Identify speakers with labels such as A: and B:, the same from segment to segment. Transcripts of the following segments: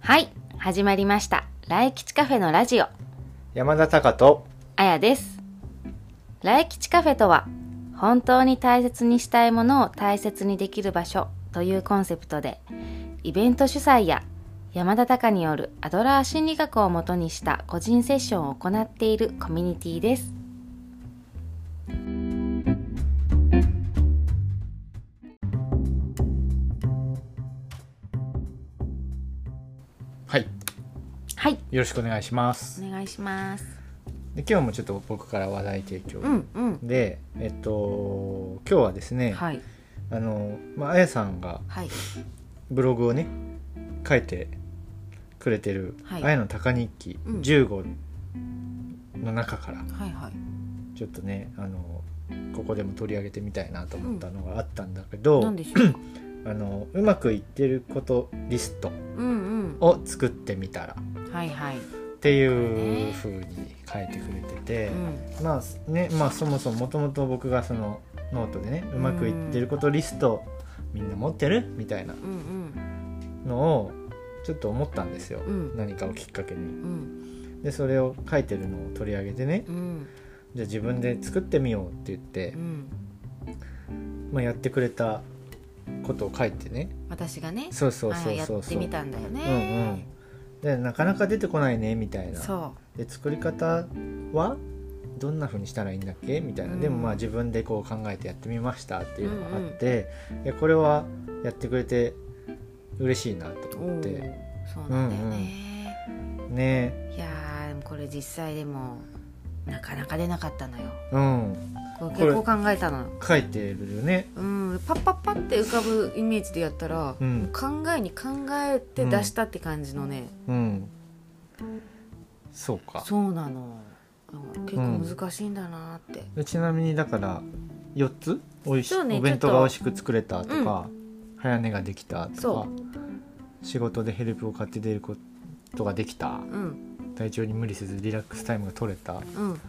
A: はい始まりました来吉カフェのラジオ
B: 山田隆と
A: あやです来吉カフェとは本当に大切にしたいものを大切にできる場所というコンセプトでイベント主催や山田隆によるアドラー心理学をもとにした個人セッションを行っているコミュニティです
B: はい
A: はい
B: よろしくお願いします
A: お願いします
B: で今日もちょっと僕から話題提供、
A: うんうん
B: でえっと今日はですね、
A: はい
B: あのまああやさんが
A: はい
B: ブログをね書いてくれてる「
A: はい
B: あやの高日記
A: うん
B: 15」の中から
A: はいはい
B: ちょっとねあのここでも取り上げてみたいなと思ったのがあったんだけど、
A: 何でしょうか
B: あのうまくいってることリスト
A: うん
B: を作ってみたらっ
A: うんはいはい
B: ていう風に書いてくれてて。
A: うん
B: まあねまあ、そもそももともと僕がそのノートでねうまくいってることリストみんな持ってるみたいな
A: うん
B: のをちょっと思ったんですよ、
A: うん
B: 何かをきっかけに。
A: うん
B: でそれを書いてるのを取り上げてね
A: うん
B: じゃあ自分で作ってみようって言って
A: う、ん
B: まあ、やってくれたことを書いてね
A: 私がね
B: そうそうそ
A: は
B: う
A: いや
B: そう
A: って
B: そう。
A: みたんだよ
B: うんう
A: ね
B: ん、でなかなか出てこないねみたいな
A: そ
B: で作り方はどんな風にしたらいいんだっけみたいな、
A: うん
B: でもまあ自分でこう考えてやってみましたっていうのがあって、いやこれはやってくれて嬉しいなと
A: う
B: 思っ
A: お
B: て
A: ーそうなんだよね、
B: ね
A: いやーでもこれ実際でもなかなか出なかったのよ
B: うん
A: こう
B: こ
A: 結
B: れ
A: 構考えたの
B: 書いてるよね
A: うんパッパッパって浮かぶイメージでやったら、
B: うん
A: 考えに考えて出したって感じのね、
B: うんそうか
A: そうなのうん結構難しいんだなって、
B: でちなみにだから4つおいし、
A: そうね
B: お弁当
A: ちょっと
B: が美味しく作れたとか、早寝ができたと
A: そ
B: か仕事でヘルプを買って出ることができた
A: うん
B: 体調に無理せずリラックスタイムが取れた
A: うん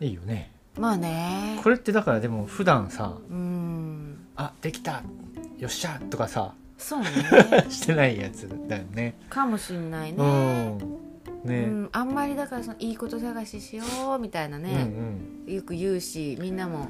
B: いいよね
A: まあね
B: これってだからでも普段さ
A: うん
B: 「あできたよっしゃ!」とかさ
A: そうね
B: してないやつだよね
A: かもしんないね、
B: うん
A: う
B: ね、
A: ん、あんまりだからそのいいこと探ししようみたいな
B: うん
A: ね、よく言うしみんなも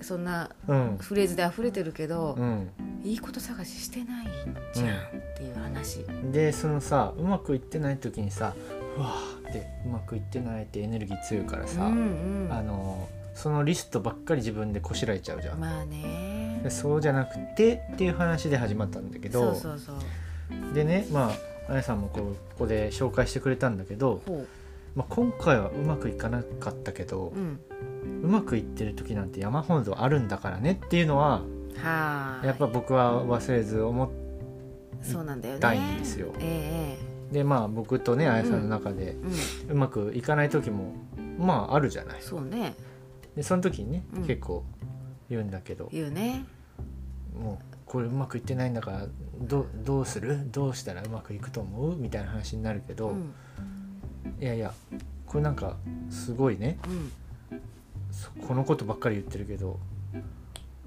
A: そんな
B: うんうん
A: フレーズで溢れてるけど
B: う、ん
A: いいこと探ししてないじゃんっていう話、
B: でそのさうまくいってない時にさ「うわーってうまくいってないってエネルギー強いからさ、
A: うんうん
B: あのそのリストばっかり自分でこしらえちゃうじゃん、
A: まあね
B: でそうじゃなくてっていう話で始まったんだけ
A: そ
B: ど
A: うそうそう
B: でねまああやさんもこうここで紹介してくれたんだけど、
A: ほ
B: まあ、今回はうまくいかなかったけど、
A: う、うん、
B: うまくいってる時なんて山ほどあるんだからねっていうのは
A: はーい
B: やっぱ僕は忘れず思っ
A: そうなんだよね
B: たいんですよ
A: え
B: てまあ僕とねあやさんの中で
A: えええう
B: うまくいかない時もまああるじゃない
A: んそうね
B: でその時にね、
A: うん
B: 結構言うんだけど
A: 言うね
B: もうこれうまくいってないんだからどどうするどうしたらうまくいくと思うみたいな話になるけ
A: う
B: ど、
A: ん
B: いやいやこれなんかすごいね
A: うん
B: そこのことばっかり言ってるけど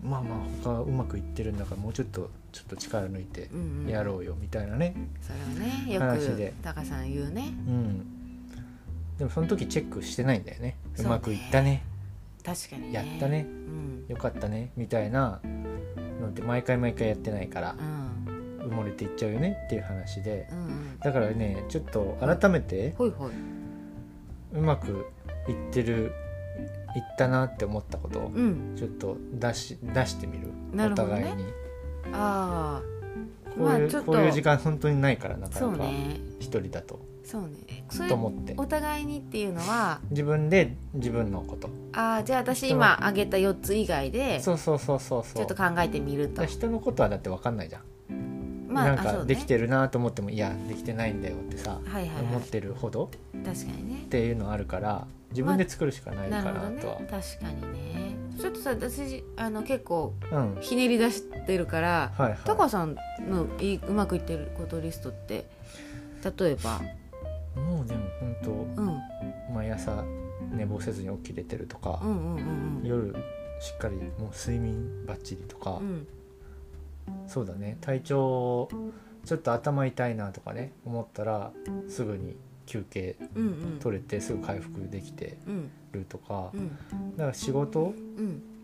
B: まあまあ他うまくいってるんだからもうちょっとちょっと力抜いて
A: うんうん
B: やろうよみたいなね、
A: それはねよ
B: 話で
A: くタカさん言うね
B: うん、でもその時チェックしてないんだよね
A: そううね
B: まくいったね
A: 確かにね
B: やったね
A: うん
B: よかったねみたいなのって毎回毎回やってないから
A: うん
B: 埋もれていっちゃうよねっていう話で
A: うんうん
B: だからねちょっと改めて
A: ほいほいう
B: まくいってるいったなって思ったことを
A: うん
B: ちょっと出し出してみる
A: なるほ
B: お
A: どね
B: 互いに
A: あ
B: こうい
A: まあ
B: う
A: ちょっと
B: こういう時間本当にないからな
A: あ
B: か
A: そう
B: なか
A: ね
B: 一人だと
A: そうねそれ
B: と思って
A: お互いにっていうのは
B: 自分で自分のこと
A: ああじゃあ私今挙げた4つ以外でちょ
B: そうそうそうそうそう
A: っと考えてみると
B: だから人のことはだって分かんないじゃん、
A: まあ
B: なん
A: あそ
B: か
A: う
B: で
A: ね
B: きてるなと思っても、いやできてないんだよってさ、
A: はいはいは
B: 思
A: い
B: ってるほど
A: 確かにね
B: っていうのあるから自分で作るしかない
A: な
B: か
A: るほど
B: な
A: ね
B: とは、
A: 確かにねちょっとさ私あの結構
B: うん
A: ひねり出してるから
B: はい
A: タ
B: は
A: カさんのいいうまくいってることリストって例えば
B: いもうでも本
A: うんうん
B: 当毎朝寝坊せずに起きれてるとか
A: う、んうん
B: 夜しっかりもう睡眠ばっちりとか
A: う、ん
B: そうだね体調をちょっと頭痛いなとかね思ったらすぐに休憩
A: うんうん
B: 取れてすぐ回復できて
A: うん
B: るとか
A: うん
B: だから仕事
A: うん
B: っ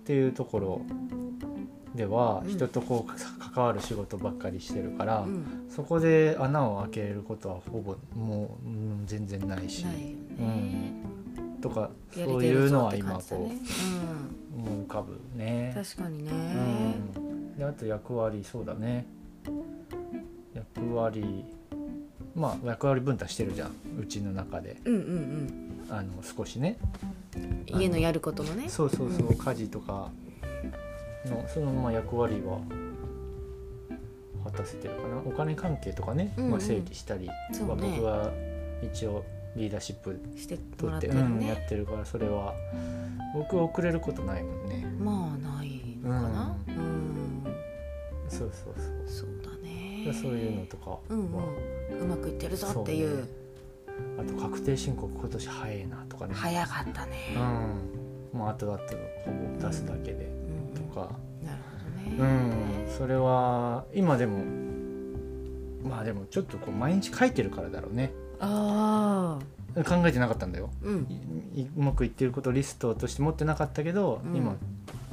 B: ていうところでは
A: うん
B: 人とこうか関わる仕事ばっかりしてるから、
A: うん
B: そこで穴を開けることはほぼもう、うん全然ないし
A: ないよ
B: う
A: ね
B: んとかそ
A: やれ
B: う
A: て
B: いう
A: る
B: の
A: ぞっ
B: は
A: て
B: 今
A: 感じだ
B: こ
A: ね
B: う思い浮かぶ
A: う
B: ね
A: ん。確かに
B: う
A: ね
B: ん、であと役割そうだね役割まあ役割分担してるじゃんうちの中で
A: うんうん
B: あの少しね
A: うん家のやることもね
B: そうそうそうう家事とかのそのまま役割は果たせてるかなお金関係とかね、
A: うんうん
B: まあ、整理したりは
A: そうね
B: 僕は一応リーダーシップ
A: しても
B: 取
A: ら
B: っ
A: ってて
B: う
A: る
B: んや
A: ね
B: ってるからそれは僕は遅れることないもんね
A: まあないのかな
B: う
A: うん
B: そうそう
A: そ
B: そう
A: うだね
B: でそういうのとかは、
A: うんうんうまくいってるぞってい
B: そうねあと確定申告今年早いなとかね、
A: 早かったね
B: うん、もうあとだとほぼ出すだけで
A: うん
B: とか、
A: なるほ
B: う
A: ど
B: ん
A: ね
B: それは今でもまあでもちょっとこう毎日書いてるからだろうね
A: ああ
B: 考えてなかったんだよ
A: うん
B: いいうまくいってることリストとして持ってなかったけど、
A: うん
B: 今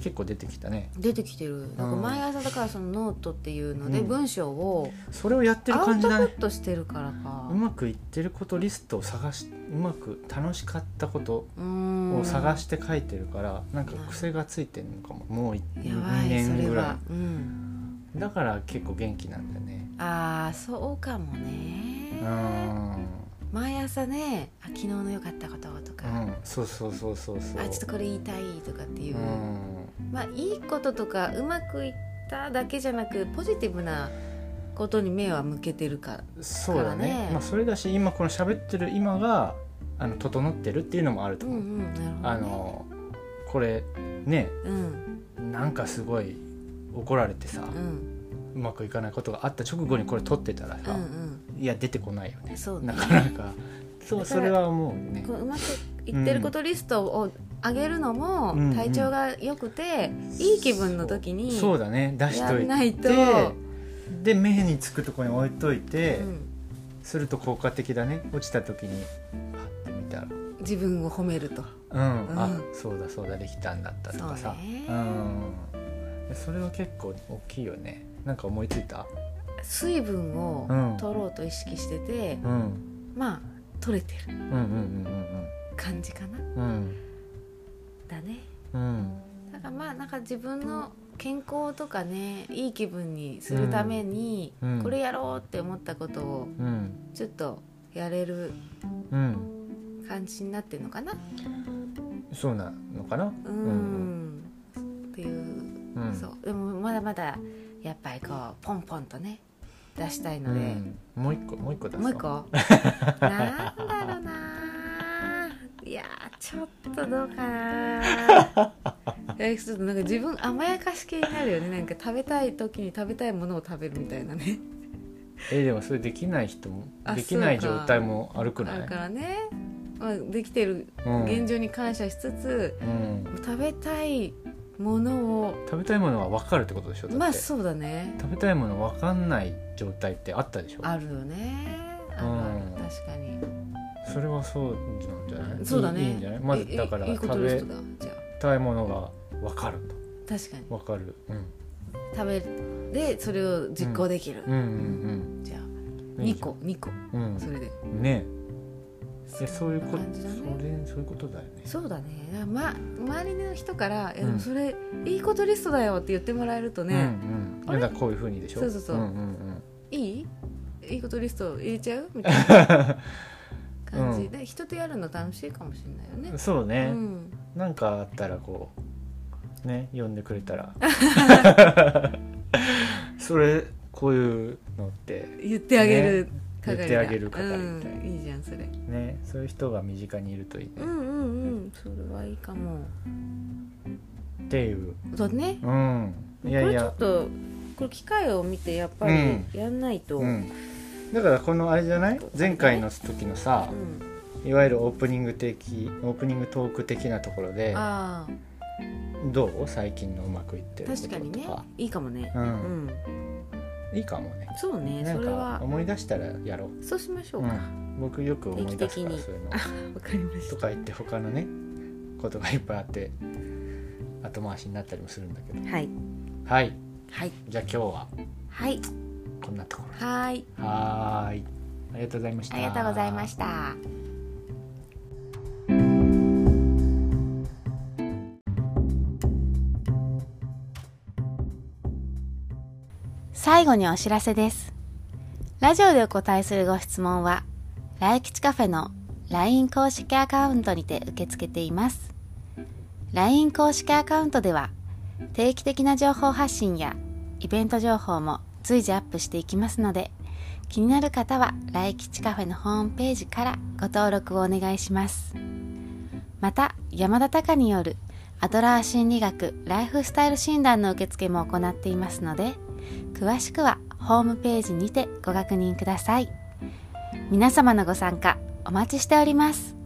B: 結構出てきたね
A: 出てきてるなんか毎朝だからそのノートっていうので
B: うん
A: 文章を
B: それをやってる
A: アウ
B: 感じ
A: トプ
B: だね
A: ットしてるからか
B: うまくいってることリストを探しうまく楽しかったこと
A: を
B: を探
A: て
B: して書いてるから、なんか癖がついてるのかももうい
A: や
B: 2
A: ばいそ
B: 年
A: れ
B: ぐら。
A: はいうん
B: だから結構元気なんだよね
A: ああそうかも
B: う
A: ね
B: ん、
A: 毎朝ねあ昨日の良かったこととか、
B: うん、そうそうそうそうそう
A: あちょっとこれ言いたいとかっていうう、
B: ん
A: まあいいこととかうまくいっただけじゃなくポジティブなことに目は向けてるから
B: そうだ
A: から
B: ね
A: ね
B: まあ、それだし今この喋ってる今があの整ってるっていうのもあると
A: うんう
B: 思う、
A: んなるほど、ね、
B: あのこれね
A: うん
B: なんかすごい怒られてさ、
A: う
B: うんまくいかないことがあった直後にこれ撮ってたら
A: う
B: さ、
A: ん
B: いや出てこないよね
A: うんそう
B: な
A: ね
B: かなかそう
A: だから
B: それはもうね
A: こううまくいってることリストを上げるのも
B: うん
A: 体調が良くて、いい気分の時に
B: そうそうだね出しと
A: や
B: い
A: んないと
B: てで目につくとこに置いといて、
A: うん
B: すると効果的だね落ちた時にパッて見たらうん、
A: 自分を褒めると
B: あ
A: う
B: そうだそうだできたんだったとかさ
A: そうね
B: うんでそれは結構大きいよねなんか思いついた
A: 水分を
B: うん
A: 取ろうと意識してて、
B: うん
A: まあ取れてる
B: うんうんうん
A: 感じかな
B: うんうん
A: だね
B: うん
A: だからまあなんか自分の健康とかねいい気分にするために、
B: うんうん
A: これやろうって思ったことを
B: うんうん
A: ちょっとやれる
B: うん
A: 感じになってるのかな
B: そうなのかな
A: うんっていう、
B: うんうん
A: そうでもまだまだやっぱりこうポンポンとね出したいの
B: う
A: で、
B: んもう一個もう一個出そう
A: もう一 個なんだろうないやーちょっとどうか なえちょっとなんか自分甘やかし系になるよねなんか食べたい時に食べたいものを食べるみたいなね
B: えでもそれできない人も
A: あ
B: できない
A: そうか
B: 状態もあるく
A: あ
B: な
A: る
B: い
A: からね、まあ、できてる
B: うん
A: 現状に感謝しつつ、
B: うん
A: 食べたいものを
B: 食べたいものは分かるってことでしょだって
A: まあそうだね
B: 食べたいもの分かんない状態ってあったでしょ
A: あるよねあるある
B: うん
A: 確かに
B: それはそうなんじゃない
A: そうだね
B: いいいいんじゃないま
A: え
B: ず
A: え
B: だから
A: いいこと
B: 食
A: リ
B: べ
A: ストだじゃ
B: たいものが分かる
A: あ確かに
B: と分かる、うん、
A: 食べでそれを実行できる、
B: うんうん
A: じゃあ
B: うんい
A: 2
B: いじゃん
A: 個2個
B: うん
A: それで
B: ねえそういうこ
A: そん
B: と
A: な感じだ
B: そ
A: ね
B: れそういうことだよね
A: そうだね、ま、周りの人から「いや
B: うん
A: でもそれいいことリストだよ」って言ってもらえるとね
B: うんうん
A: あれ
B: だからこういうふうにでしょ
A: そうそうそうん
B: うん
A: 「いいいいことリスト入れちゃう?」みたいな 感じ、
B: うん
A: で人とやるの楽しいかもしれないよ
B: うん、
A: ね。
B: そう
A: う
B: ね、
A: ん、
B: なんかあったらこうね呼んでくれ たらそれこういうのって
A: 言ってあげる
B: 言
A: 係
B: っ
A: だ、
B: てあげる係みたい
A: うん、いいじゃんそれ
B: ねそういう人が身近にいるといいね
A: う、んうんうんそれはいいかも
B: っていう
A: そうね
B: うんいや
A: こ
B: い
A: れちょ
B: や
A: っとこれ機会を見てやっぱり
B: うん
A: やんないと、
B: うん、だからこのあれじゃない前回の時のさ
A: うん
B: いわゆるオープニング的オープニングトーク的なところで
A: ああ
B: どう最近のうまくいってること
A: 確
B: と
A: か
B: か
A: にねいいかもね
B: う
A: うんん
B: いいかもね
A: そうね
B: な
A: そ
B: ん
A: れ
B: か
A: は
B: 思い出したらやろう
A: そうしましょう
B: う
A: か、
B: ん、僕よく思い出すか
A: 定
B: ら
A: 期的に
B: そういうの
A: わかりまし
B: と
A: た
B: か言って他のねことがいっぱいあって後回しになったりもするんだけど
A: はい
B: はい
A: はい
B: じゃあ今日は
A: はい
B: こんなところ
A: はい
B: はーいありがとうございました
A: ありがとうございました最後にお知らせですラジオでお答えするご質問は来吉カフェの LINE 公式アカウントにて受け付けています LINE 公式アカウントでは定期的な情報発信やイベント情報も随時アップしていきますので気になる方は来吉カフェのホームページからご登録をお願いしますまた山田隆によるアドラー心理学ライフスタイル診断の受付も行っていますので詳しくはホームページにてご確認ください皆様のご参加お待ちしております